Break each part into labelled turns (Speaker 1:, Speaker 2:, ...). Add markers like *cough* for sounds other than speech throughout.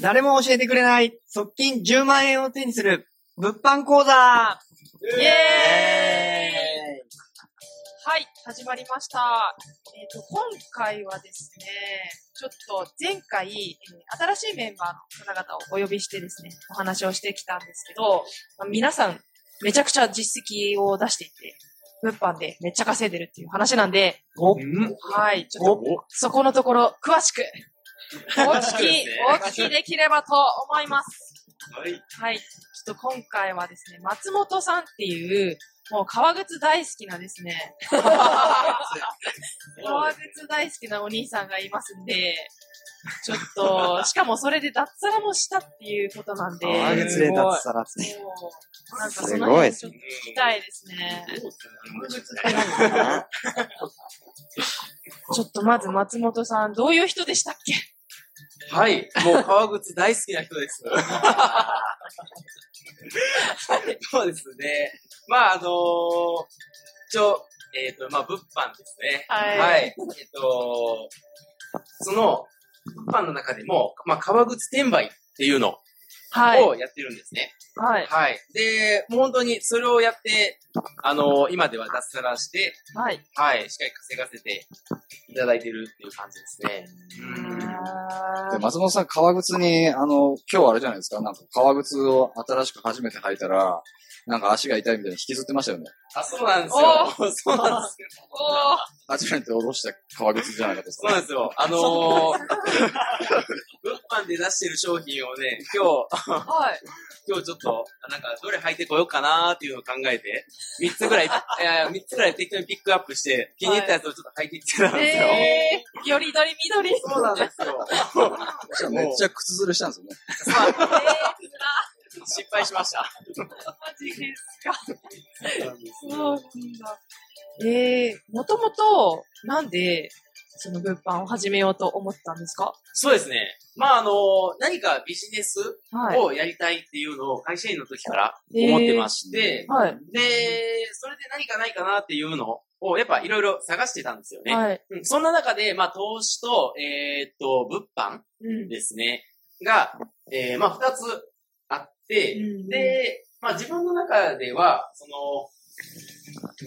Speaker 1: 誰も教えてくれない、側近10万円を手にする、物販講座イエーイ
Speaker 2: はい、始まりました。えっ、と、今回はですね、ちょっと前回、えー新しいメンバーの方々をお呼びしてですね、お話をしてきたんですけど、まあ皆さん、めちゃくちゃ実績を出していて、物販でめっちゃ稼いでるっていう話なんで、
Speaker 1: お
Speaker 2: はい、ちょっと、そこのところ、詳しく、お聞き、お聞きできればと思います。
Speaker 3: はい。
Speaker 2: はい。ちょっと今回はですね、松本さんっていう、もう革靴大好きなですね、
Speaker 1: *laughs*
Speaker 2: 革靴大好きなお兄さんがいますんで、ちょっと、しかもそれで脱サラもしたっていうことなんで、もう、
Speaker 1: 革
Speaker 2: なんか
Speaker 1: 靴で脱サラってね。
Speaker 2: その辺ちょっと聞きたいですね。ちょっとまず松本さん、どういう人でしたっけ
Speaker 3: はい。もう革靴大好きな人です。そうですね。まあ、あのー、一応、えっ、と、まあ、物販ですね。
Speaker 2: はい
Speaker 3: えっ、と、その、物販の中でも、まあ、革靴転売っていうのを
Speaker 2: はい。
Speaker 3: やってるんですね。
Speaker 2: はい。
Speaker 3: はい。で、もう本当にそれをやって、あのー今では脱サラして、
Speaker 2: はい。
Speaker 3: はい、しっかり稼がせていただいてるっていう感じですね。
Speaker 4: で、松本さん、革靴に、あの、今日あれじゃないですか、なんか革靴を新しく初めて履いたら、なんか足が痛いみたいに引きずってましたよね。
Speaker 3: あ、そうなんですよ。そうなんですよ。
Speaker 2: おー
Speaker 4: 初めて下ろした革靴じゃなかったです
Speaker 3: そう
Speaker 4: か。
Speaker 3: なんですよ。
Speaker 2: *laughs*
Speaker 3: あのー、物販で出してる商品をね、今日、
Speaker 2: はい。
Speaker 3: 今日ちょっと、なんか、どれ履いてこようかなーっていうのを考えて、3つぐ
Speaker 2: *laughs*
Speaker 3: らい、えー、3つぐらい適当にピックアップして、気に入ったやつをちょっと履いてきてたんですよ。
Speaker 2: えー、よりどりみどり。
Speaker 3: そうなんですよ。
Speaker 4: そしたらめっちゃ靴ずれしたんですよね。
Speaker 3: まあ、
Speaker 2: えー、
Speaker 3: 失敗しました。
Speaker 2: マジですか。そうなんだ。ええもともと、なんで、その物販を始めようと思ったんですか
Speaker 3: そうですね。まあ、あのー何かビジネス
Speaker 2: はい。
Speaker 3: をやりたいっていうのを会社員の時から思ってまして、
Speaker 2: はい。
Speaker 3: で、それで何かないかなっていうのを、やっぱいろいろ探してたんですよね。
Speaker 2: はい。
Speaker 3: うんそんな中で、まあ、投資と、えーっと、物販
Speaker 2: うん。
Speaker 3: ですね、が、えー、まあ、二つあって、
Speaker 2: うん、
Speaker 3: で、まあ、自分の中では、その、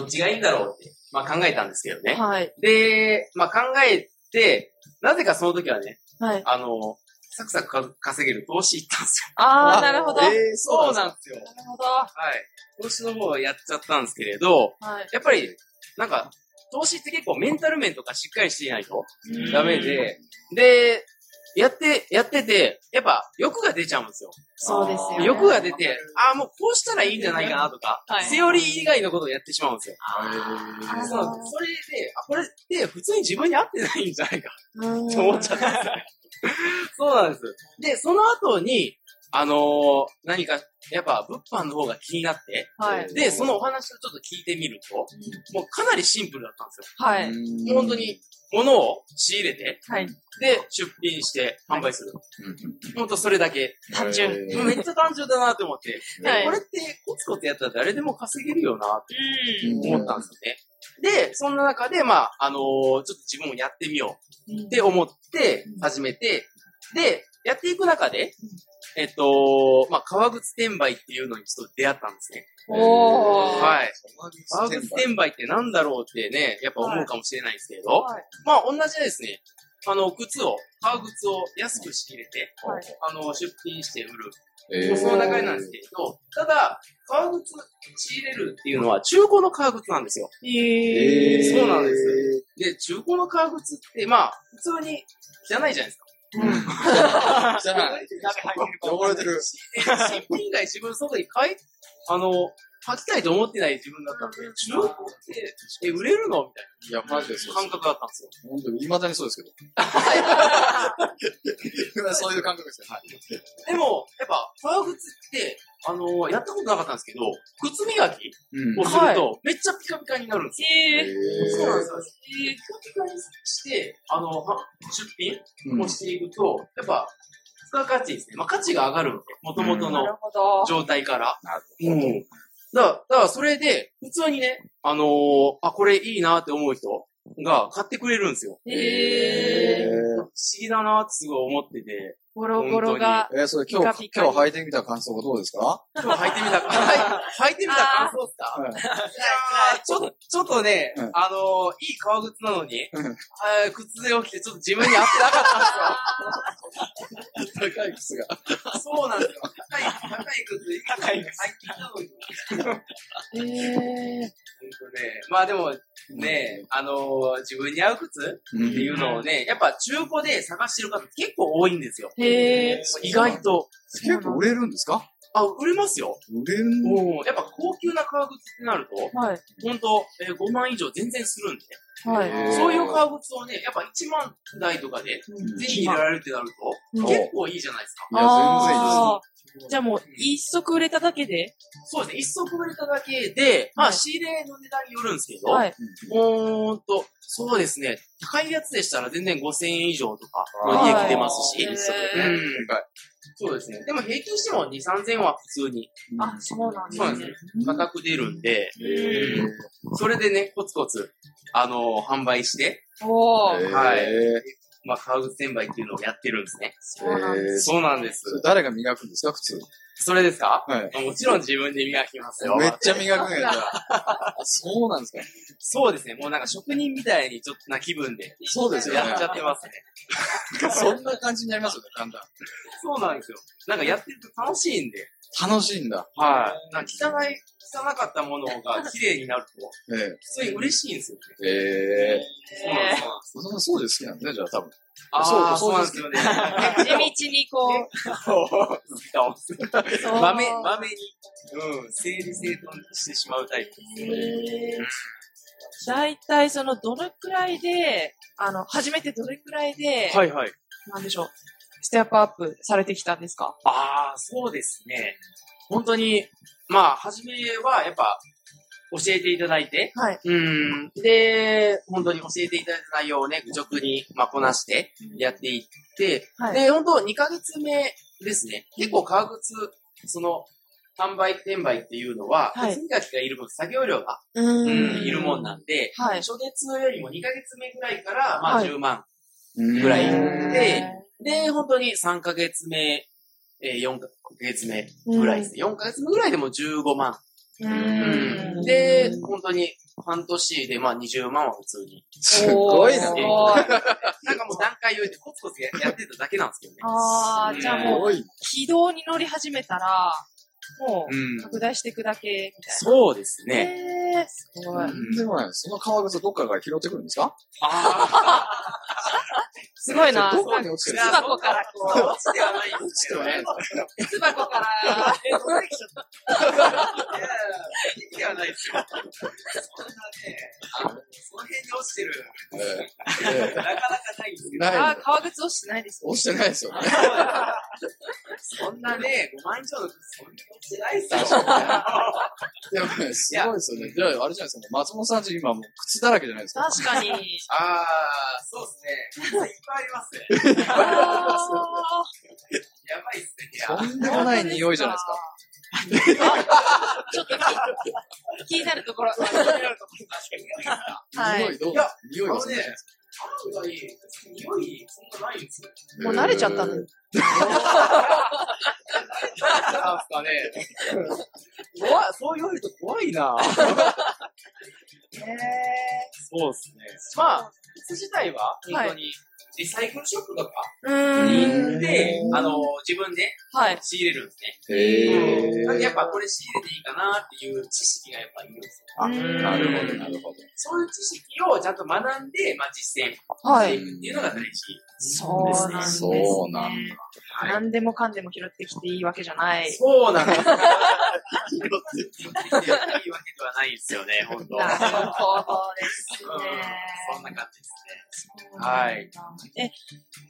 Speaker 3: どっちがいいんだろうって、まあ、考えたんですけどね。
Speaker 2: はい。
Speaker 3: で、まあ、考えて、なぜかその時はね、
Speaker 2: はい。
Speaker 3: あの、サクサクか稼げる投資行ったんですよ。
Speaker 2: あー、なるほど。なる
Speaker 4: えー、
Speaker 3: そうなんですよ。
Speaker 2: ほど。
Speaker 3: はい。投資の方はやっちゃったんですけれど、
Speaker 2: はい。
Speaker 3: やっぱり、なんか、投資って結構メンタル面とかしっかりしていないと、ダメで、で、やって、やってて、やっぱ欲が出ちゃうんですよ。
Speaker 2: そうですよ、ね。
Speaker 3: 欲が出て、ああ、もうこうしたらいいんじゃないかなとか、
Speaker 2: はい
Speaker 3: セオリー以外のことをやってしまうんですよ。
Speaker 2: ー
Speaker 3: そうなんですそれで、あ、これって普通に自分に合ってないんじゃないか
Speaker 2: うん
Speaker 3: と思っちゃったんですよ。 *laughs* そうなんです。で、その後に、あのー何か、やっぱ物販の方が気になって、
Speaker 2: はい。
Speaker 3: で、そのお話をちょっと聞いてみると、もうかなりシンプルだったんですよ。
Speaker 2: は
Speaker 4: う
Speaker 2: い。
Speaker 4: ん
Speaker 3: 本当。に物を仕入れて、
Speaker 2: はい。
Speaker 3: で、出品して販売する。本当それだけ。
Speaker 2: 単純。うん。
Speaker 3: もうめっちゃ単純だなと思って、
Speaker 2: はい
Speaker 3: これってコツコツやったら誰でも稼げるよなって
Speaker 4: うん
Speaker 3: 思ったんですよね。で、そんな中で、まあ、あのーちょっと自分もやってみようって思って始めて、で、やっていく中で、えっと、まあ、革靴転売っていうのにちょっと出会ったんですね。
Speaker 2: おー。。
Speaker 3: はいい。革靴転売ってなんだろうってね、やっぱ思うかもしれないですけれど、
Speaker 2: はい。
Speaker 3: まあ、同じですね。あの、靴を、革靴を安く仕入れて、
Speaker 2: はい
Speaker 3: あの、出品して売る。
Speaker 4: えー
Speaker 3: その流れなんですけれど、ただ、革靴仕入れるっていうのは中古の革靴なんですよ。
Speaker 2: え
Speaker 3: そうなんです。で、中古の革靴って、まあ、普通に汚いじゃないですか。
Speaker 4: 汚い。汚れてる。
Speaker 3: で新品以外自分その時買い、あの、履きたいと思ってない自分だったんで、中古って、え、売れるのみたい
Speaker 4: いや、マジでそう
Speaker 3: な
Speaker 4: で
Speaker 3: 感。
Speaker 4: す
Speaker 3: 覚だったんですよ。
Speaker 4: 本当に、未だにそうですけど。 *laughs* そういう感覚ですよ。
Speaker 3: でも、やっぱ、革靴って、あのやったことなかったんですけど、靴磨き
Speaker 4: う
Speaker 3: を
Speaker 4: ん
Speaker 3: すると、めっちゃピカピカになるんですよ。
Speaker 2: えー。
Speaker 3: そうなんです
Speaker 2: えー
Speaker 3: よ。ピカピカにして、あの、は出
Speaker 4: うん
Speaker 3: 品をしていくと、やっぱ、付加価値ですね。まあ、価値が上がるので、もともと
Speaker 2: なる
Speaker 3: の
Speaker 2: ほど。
Speaker 3: 状態から。うん。だから、だからそれで、普通にね、あのーあ、これいいなって思う人が買ってくれるんですよ。
Speaker 2: へえ。
Speaker 3: 不思議だなってすごい思ってて、
Speaker 2: ボロボロが。
Speaker 4: えーそれ今
Speaker 2: ピ
Speaker 4: 日、
Speaker 2: カピカ
Speaker 4: 今
Speaker 2: に
Speaker 4: 日履いてみた感想はどうですか
Speaker 3: 今日履いてみた、 *laughs* はい履いてみた感想ですかあーちょっと、ちょっとね、
Speaker 4: うん
Speaker 3: あのーいい革靴なのに、
Speaker 4: うん
Speaker 3: あー靴で起きてちょっと自分に合ってなかったんですよ。
Speaker 4: 高い靴が。
Speaker 3: *laughs* そうなんですよ。高い、高い靴、高い靴入ってきたの
Speaker 2: へえ。
Speaker 3: に。ほんとね、まあでもね、あのー自分に合う靴っ
Speaker 4: うん
Speaker 3: ていうのをね、やっぱ中古で探してる方結構多いんですよ。
Speaker 2: へえ。
Speaker 3: 意外と。
Speaker 4: 結構売れるんですか
Speaker 3: あ、売れますよ。
Speaker 4: 売れるの
Speaker 3: もう、やっぱ高級な革靴ってなると、
Speaker 2: はい。
Speaker 3: ほんと、えー5万以上全然するんで、
Speaker 2: はい。
Speaker 4: へー
Speaker 3: そういう革靴をね、やっぱ1万台とかで、手に入れられるってなると、
Speaker 2: うん
Speaker 3: 結構いいじゃないですか。
Speaker 4: いや、全然いいです。
Speaker 2: あーじゃあもう、一足売れただけで、
Speaker 3: そうですね、一足売れただけで、ま
Speaker 2: は
Speaker 3: あ
Speaker 2: い
Speaker 3: 仕入れの値段によるんですけど、
Speaker 2: はい。
Speaker 3: ほーんと、そうですね、高いやつでしたら全然5000円以上とかの利益出ますし、
Speaker 2: はい
Speaker 3: うん
Speaker 4: でかい
Speaker 3: そうですね。でも平均しても2、3000円は普通に
Speaker 2: あ、そうなん
Speaker 3: そうな
Speaker 2: で
Speaker 3: ん
Speaker 2: す
Speaker 3: で
Speaker 2: ね。
Speaker 3: 高く出るんで、
Speaker 2: へ
Speaker 3: うんそれでね、コツコツ、あのー販売して、
Speaker 2: お
Speaker 4: へ
Speaker 2: ー
Speaker 4: ー
Speaker 3: はいまあ、革靴転売っていうのをやってるんですね。
Speaker 2: そうなん
Speaker 4: へ
Speaker 2: で
Speaker 4: ー
Speaker 2: す。
Speaker 3: そうなんです。
Speaker 4: それ誰が磨くんですか、靴。
Speaker 3: それですか
Speaker 4: はい。
Speaker 3: もちろん自分で磨きますよ。
Speaker 4: めっちゃ磨くね、じゃあ。そうなんですか。
Speaker 3: そうですね。もうなんか職人みたいにちょっとな気分で。
Speaker 4: そうですよね
Speaker 3: やっちゃってますね。
Speaker 4: そんな感じになりますよね、だんだ
Speaker 3: そうなんですよ。なんかやってると楽しいんで。
Speaker 4: ん。楽しいんだ。
Speaker 3: はい。なんか汚い、汚かったものが綺麗になると、
Speaker 4: え
Speaker 3: 普通に嬉しいんですよね。
Speaker 4: え。ええ。
Speaker 3: そうなんですよ。
Speaker 4: そもそうです好きなんですね、じゃあ多分。
Speaker 3: ああ、
Speaker 4: そ
Speaker 3: そうう
Speaker 4: そ
Speaker 3: な
Speaker 4: うん
Speaker 3: ですよね。
Speaker 2: *laughs* 地道にこう、そう
Speaker 3: 豆、豆に、うん、整理整頓してしまうタイプですね。
Speaker 2: 大体そのどれくらいで、あの、初めてどれくらいで、
Speaker 3: はいはい。
Speaker 2: なんでしょう、ステップアップされてきたんですか
Speaker 3: ああ、そうですね。本当に、まあ、初めはやっぱ、教えていただいて、
Speaker 2: はい。
Speaker 3: うん。で、本当に教えていただいた内容をね、愚直に、まあ、こなしてやっていって、
Speaker 2: はい
Speaker 3: で、本当2ヶ月目ですね。結構革靴、その、販売、転売っていうのは、
Speaker 2: はい
Speaker 3: 靴磨きがいる分、作業量が、
Speaker 2: う
Speaker 3: うんいるもんなんで、
Speaker 2: はい。
Speaker 3: 初月よりも2ヶ月目ぐらいから、まあ、
Speaker 2: はい
Speaker 3: 10万。
Speaker 4: ぐ
Speaker 3: ぐらい
Speaker 2: へ
Speaker 3: で、本当に3ヶ月目、えー、4ヶ月目
Speaker 2: ー
Speaker 3: ぐらいですね。4ヶ月目ぐらいでも15万。
Speaker 2: う
Speaker 3: うん
Speaker 2: ん。
Speaker 3: で、本当に半年で、まあ20万は普通に。
Speaker 4: すごいな
Speaker 2: おーす。
Speaker 3: ね
Speaker 2: ごい
Speaker 3: なんかもう段階を置いてコツコツややってただけなんですけどね。
Speaker 2: あーじゃあ
Speaker 4: す
Speaker 2: もう、
Speaker 4: ごい。
Speaker 2: 軌道に乗り始めたら、もう、
Speaker 3: うん。
Speaker 2: 拡大していくだけ、みたい
Speaker 3: そうです
Speaker 2: な。
Speaker 3: ね。
Speaker 2: へーすごい。
Speaker 4: でもね、その革靴どっから拾ってくるんですか
Speaker 3: ああ、
Speaker 2: すごいな。
Speaker 4: どこに落ちてる
Speaker 2: 靴箱からこう、
Speaker 3: 落ちてはないんですけどね。
Speaker 2: 靴箱から、
Speaker 3: いや落ちてはないですよ。そんなね、あの、その辺に落ちてる、
Speaker 4: え
Speaker 3: なかなかないんですけど。
Speaker 4: ない
Speaker 2: あー、革靴落ちてないですね。
Speaker 4: 落ちてないですよね。
Speaker 3: そんなね、5万以上の靴、そんなに落ちてないっすよ。
Speaker 4: でもね、すごいですよね。じゃあ、あれじゃないですか、もう松本さんち今もう靴だらけじゃないですか。
Speaker 2: 確かに。
Speaker 3: ああ、そうですね。いっぱいありますね。
Speaker 2: あ
Speaker 3: やばいっすね、部屋。
Speaker 4: とん
Speaker 2: ー
Speaker 4: でもない匂いじゃないですか。
Speaker 2: あちょっと気気になるところ。は
Speaker 4: 匂
Speaker 2: い。
Speaker 4: いどう
Speaker 3: いや
Speaker 4: 匂いがするん
Speaker 3: あのね
Speaker 4: です
Speaker 3: 案外、匂い、そんなないんですよ。
Speaker 2: もう慣れちゃったんだ
Speaker 4: ね
Speaker 2: よ。
Speaker 3: なんすかね。怖い、そう言われると怖いな
Speaker 2: へ
Speaker 3: そうですね。まあ、靴自体は、本当に、リサイクルショップとか
Speaker 2: ーう
Speaker 3: に
Speaker 2: ーん。
Speaker 3: 行って、あの、自分で
Speaker 2: はい。
Speaker 3: 仕入れるんです
Speaker 4: へ
Speaker 3: ね。なんでやっ
Speaker 4: ー。
Speaker 3: ぱこれ仕入れていいかなっていう知識がやっぱいるんですよ。
Speaker 4: あ、
Speaker 2: うん
Speaker 4: なるほど、なるほど。
Speaker 3: そういう知識をちゃんと学んで、まあ実践し
Speaker 2: は
Speaker 3: て
Speaker 2: い。
Speaker 3: いくっていうのが大事。
Speaker 2: そうなんです、ね。
Speaker 4: そうなんだ
Speaker 3: はい
Speaker 2: 何でもかんでも拾ってきていいわけじゃない。
Speaker 3: そうなんですよ。いいわけではないんですよ
Speaker 2: *laughs*
Speaker 3: ね、本当。
Speaker 2: なるほどです
Speaker 3: うんそん
Speaker 2: ね
Speaker 3: な感じですね。。
Speaker 2: い。え、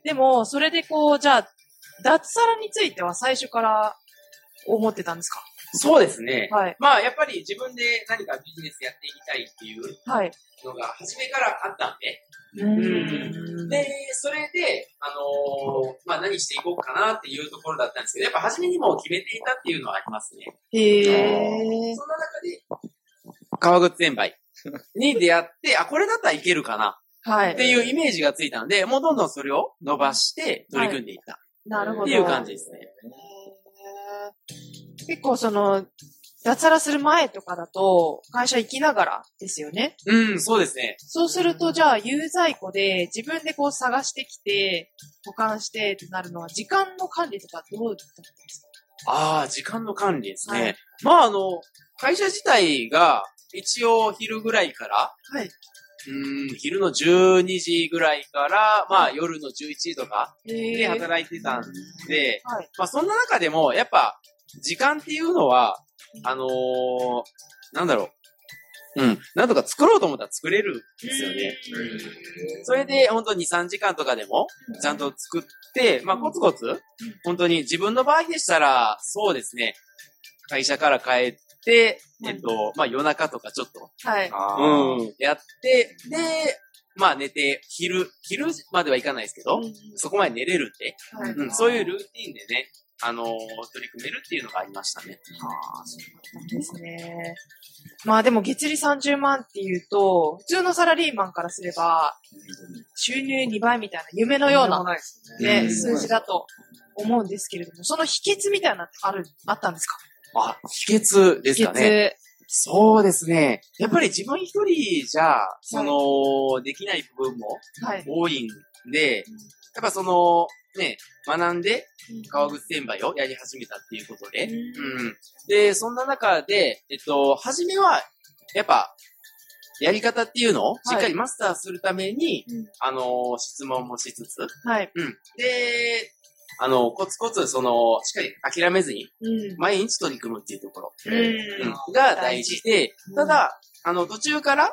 Speaker 2: でも、それでこう、じゃあ、脱サラについては最初から思ってたんですか
Speaker 3: そうですね。
Speaker 2: はい。
Speaker 3: まあ、やっぱり自分で何かビジネスやっていきたいっていう
Speaker 2: はい。
Speaker 3: のが初めからあったんで、
Speaker 2: うん。
Speaker 3: で、それで、あのーまあ、何していこうかなっていうところだったんですけど、やっぱ初めにもう決めていたっていうのはありますね。
Speaker 2: へえ。
Speaker 3: そんな中で、革靴転売に出会って、あ、これだったらいけるかな
Speaker 2: はい。
Speaker 3: っていうイメージがついたので、もうどんどんそれを伸ばして取り組んでいった
Speaker 2: なるほど。
Speaker 3: っていう感じですね。
Speaker 2: へー結構その、脱サラする前とかだと、会社行きながらですよね。
Speaker 3: うん、そうですね。
Speaker 2: そうすると、じゃあ、有在庫で自分でこう探してきて、保管してってなるのは、時間の管理とかどうだったんですか
Speaker 3: ああ、時間の管理ですね。
Speaker 2: はい
Speaker 3: まあ、あの、会社自体が、一応昼ぐらいから、
Speaker 2: はい。
Speaker 3: うん、昼の12時ぐらいから、まあ、夜の11時とか
Speaker 2: へ
Speaker 3: で
Speaker 2: え。
Speaker 3: 働いてたんで、
Speaker 2: はい。
Speaker 3: まあ、そんな中でも、やっぱ、時間っていうのは、あのーなんだろう。うん。なんとか作ろうと思ったら作れるんですよね。それで、本当に2、3時間とかでも、ちゃんと作って、まあ、コツコツ、本当に自分の場合でしたら、そうですね、会社から帰って、えっと、まあ、夜中とかちょっと、
Speaker 2: はい。
Speaker 4: あー
Speaker 3: うんやって、で、まあ、寝て、昼、昼まではいかないですけど、そこまで寝れるんで、
Speaker 2: はい
Speaker 3: うん、そういうルーティンでね、あのー取り組めるっていうのがありましたね。
Speaker 2: ですね。まあでも月利30万っていうと、普通のサラリーマンからすれば、収入2倍みたいな夢のような、
Speaker 1: ないですね。
Speaker 2: ね
Speaker 3: うん
Speaker 2: 数字だと思うんですけれども、その秘訣みたいなのある、あったんですか
Speaker 3: あ、秘訣ですかね。そうですね。やっぱり自分一人じゃ、その、できない部分も
Speaker 2: 秘訣。はい。
Speaker 3: 多いんで、やっぱその、ね、学んで、革靴転売をやり始めたっていうことで、うん。で、そんな中で、えっと、初めは、やっぱ、やり方っていうのをしっかりマスターするために、
Speaker 2: うん
Speaker 3: あのー質問もしつつ、
Speaker 2: はい。
Speaker 3: うん。で、あの、コツコツ、その、しっかり諦めずに、
Speaker 2: うん。
Speaker 3: 毎日取り組むっていうところ、
Speaker 2: うん
Speaker 3: うんが大事で、ただ、あの、途中から、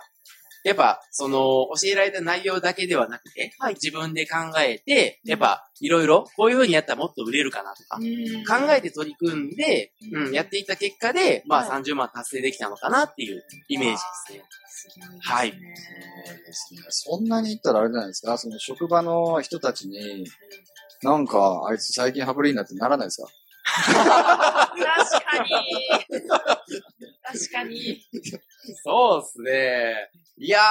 Speaker 3: やっぱ、その、教えられた内容だけではなくて、
Speaker 2: はい
Speaker 3: 自分で考えて、
Speaker 2: うん
Speaker 3: やっぱ、いろいろ、こういう風にやったらもっと売れるかなとか、考えて取り組んで、
Speaker 2: うん
Speaker 3: うん、やっていった結果で、まあ、
Speaker 2: は
Speaker 3: 30万達成できたのかなっていうイメージですね。はい
Speaker 4: そうですねそんなに言ったらあれじゃないですか、その職場の人たちに、なんか、あいつ最近ハブリーになってならないですか
Speaker 2: 確かに。確か *laughs* に。
Speaker 3: そうですね。いやー、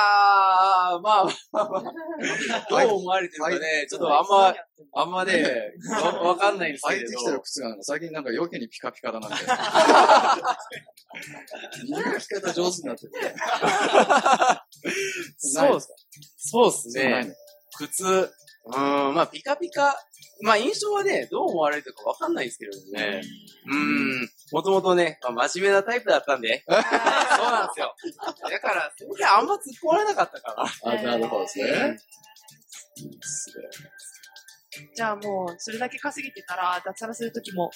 Speaker 3: まあ、 *laughs* どう思われてるかね、ちょっとあんま、あんまね、わわかんないんです
Speaker 4: 履
Speaker 3: け
Speaker 4: い
Speaker 3: れ
Speaker 4: て
Speaker 3: ど
Speaker 4: き。てる靴がなんか最近なんか余計にピカピカだなみたいな。履き方上手になってる。
Speaker 3: そうっすそうです
Speaker 4: ない
Speaker 3: ね。
Speaker 4: の
Speaker 3: 靴、うーん、まあ、ピカピカ。まあ、印象はね、どう思われてるかわかんないですけれどね。うーん、もともとね、まあ真面目なタイプだったんで。 *laughs* そうなんですよ。だから、そこであんま突っ込まれなかったか
Speaker 4: あ、なるほどですね。
Speaker 2: じゃあもう、それだけ稼げてたら、脱サラするときも、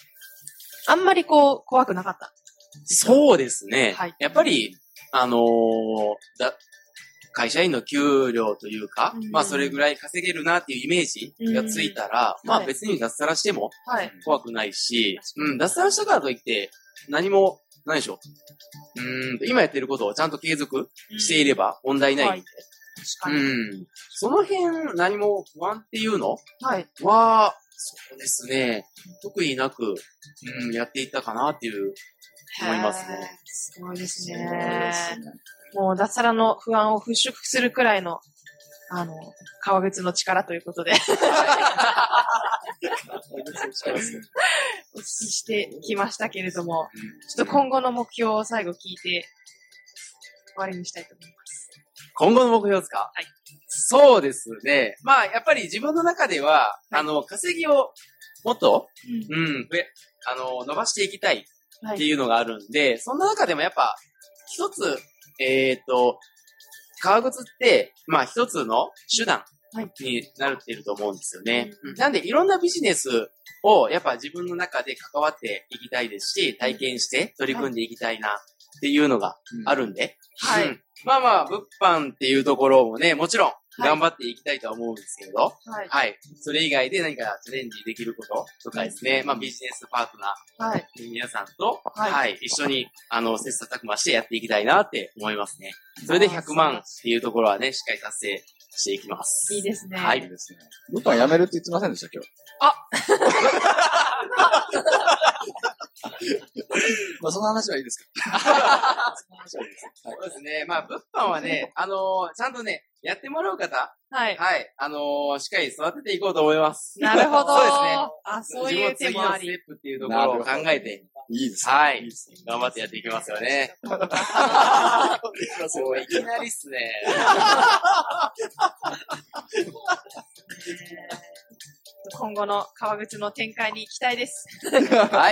Speaker 2: あんまりこう、怖くなかった。
Speaker 3: な。そうですね。
Speaker 2: はい
Speaker 3: やっぱり、あのーだ、会社員の給料というか、
Speaker 2: うん
Speaker 3: まあ、それぐらい稼げるなっていうイメージがついたら、
Speaker 2: うん
Speaker 3: ま
Speaker 2: は
Speaker 3: あ、
Speaker 2: い
Speaker 3: 別に脱サラしても、
Speaker 2: はい。
Speaker 3: 怖くないし、うん、脱サラしたからといって、何も、何でしょう。うん、今やってることをちゃんと継続していれば問題な
Speaker 2: 確
Speaker 3: い。う
Speaker 2: かに。
Speaker 3: ん。その辺、何も不安っていうの
Speaker 2: はい。
Speaker 3: は、そうですね。特になく、うん、やっていったかなっていう。思いますね
Speaker 2: へー。すごいです
Speaker 4: そうです
Speaker 2: ね。
Speaker 4: ね
Speaker 2: もう脱サラの不安を払拭するくらいの、あの、革靴の力ということ
Speaker 3: *laughs*
Speaker 2: で、お聞きしてきましたけれども、ちょっと今後の目標を最後聞いて、終わりにしたいと思います。
Speaker 3: 今後の目標ですか
Speaker 2: はい。
Speaker 3: そうですね。まあ、やっぱり自分の中では、
Speaker 2: はい
Speaker 3: あの、稼ぎをもっと、うん、増え、あの、伸ばしていきたい
Speaker 2: は
Speaker 3: って
Speaker 2: い。
Speaker 3: いうのがあるんで、そんな中でもやっぱ、一つ、えっ、と、革靴って、まあ一つの手段
Speaker 2: はい
Speaker 3: になるっていると思うんですよね。
Speaker 2: うん
Speaker 3: なんでいろんなビジネスをやっぱ自分の中で関わっていきたいですし、体験して取り組んでいきたいなっていうのがあるんで。
Speaker 2: はい
Speaker 3: うんまあまあ、物販っていうところもね、もちろん
Speaker 2: い
Speaker 3: 頑張っていきたいとは思うんですけれど、
Speaker 2: はい。
Speaker 3: はい。それ以外で何かチャレンジできることとかですね、まあビジネスパートナー、
Speaker 2: はい。
Speaker 3: 皆さんと、
Speaker 2: は
Speaker 3: はいい、一緒に、あの、切磋琢磨してやっていきたいなって思いますね。それで100万っていうところはね、しっかり達成していきます。
Speaker 2: いいですね。
Speaker 3: はい
Speaker 4: いですね。ルパンやめるって言ってませんでした、今日。
Speaker 2: あ
Speaker 4: まあ、その話はいいです
Speaker 3: そうですね。まあ、物販はね、あのーちゃんとね、やってもらう方、
Speaker 2: はい。
Speaker 3: はい、あのーしっかり育てていこうと思います。
Speaker 2: なるほど。
Speaker 3: そうですね。
Speaker 2: あ、そういう手もあ
Speaker 3: 自分の次のステ
Speaker 2: り。
Speaker 3: ップっていうところを考えて、
Speaker 4: かいいですね。
Speaker 3: はい。頑張ってやっていきますよね。もういきなりっすね。
Speaker 2: えー今後の川口の展開に期待
Speaker 3: *laughs*
Speaker 2: です。
Speaker 3: は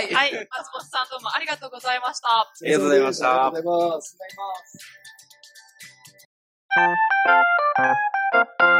Speaker 3: い。
Speaker 2: はい。松本さんどうもありがとうございました。
Speaker 3: ありがとうございまし
Speaker 4: あり
Speaker 3: た
Speaker 4: が。とうございます。
Speaker 2: ございます。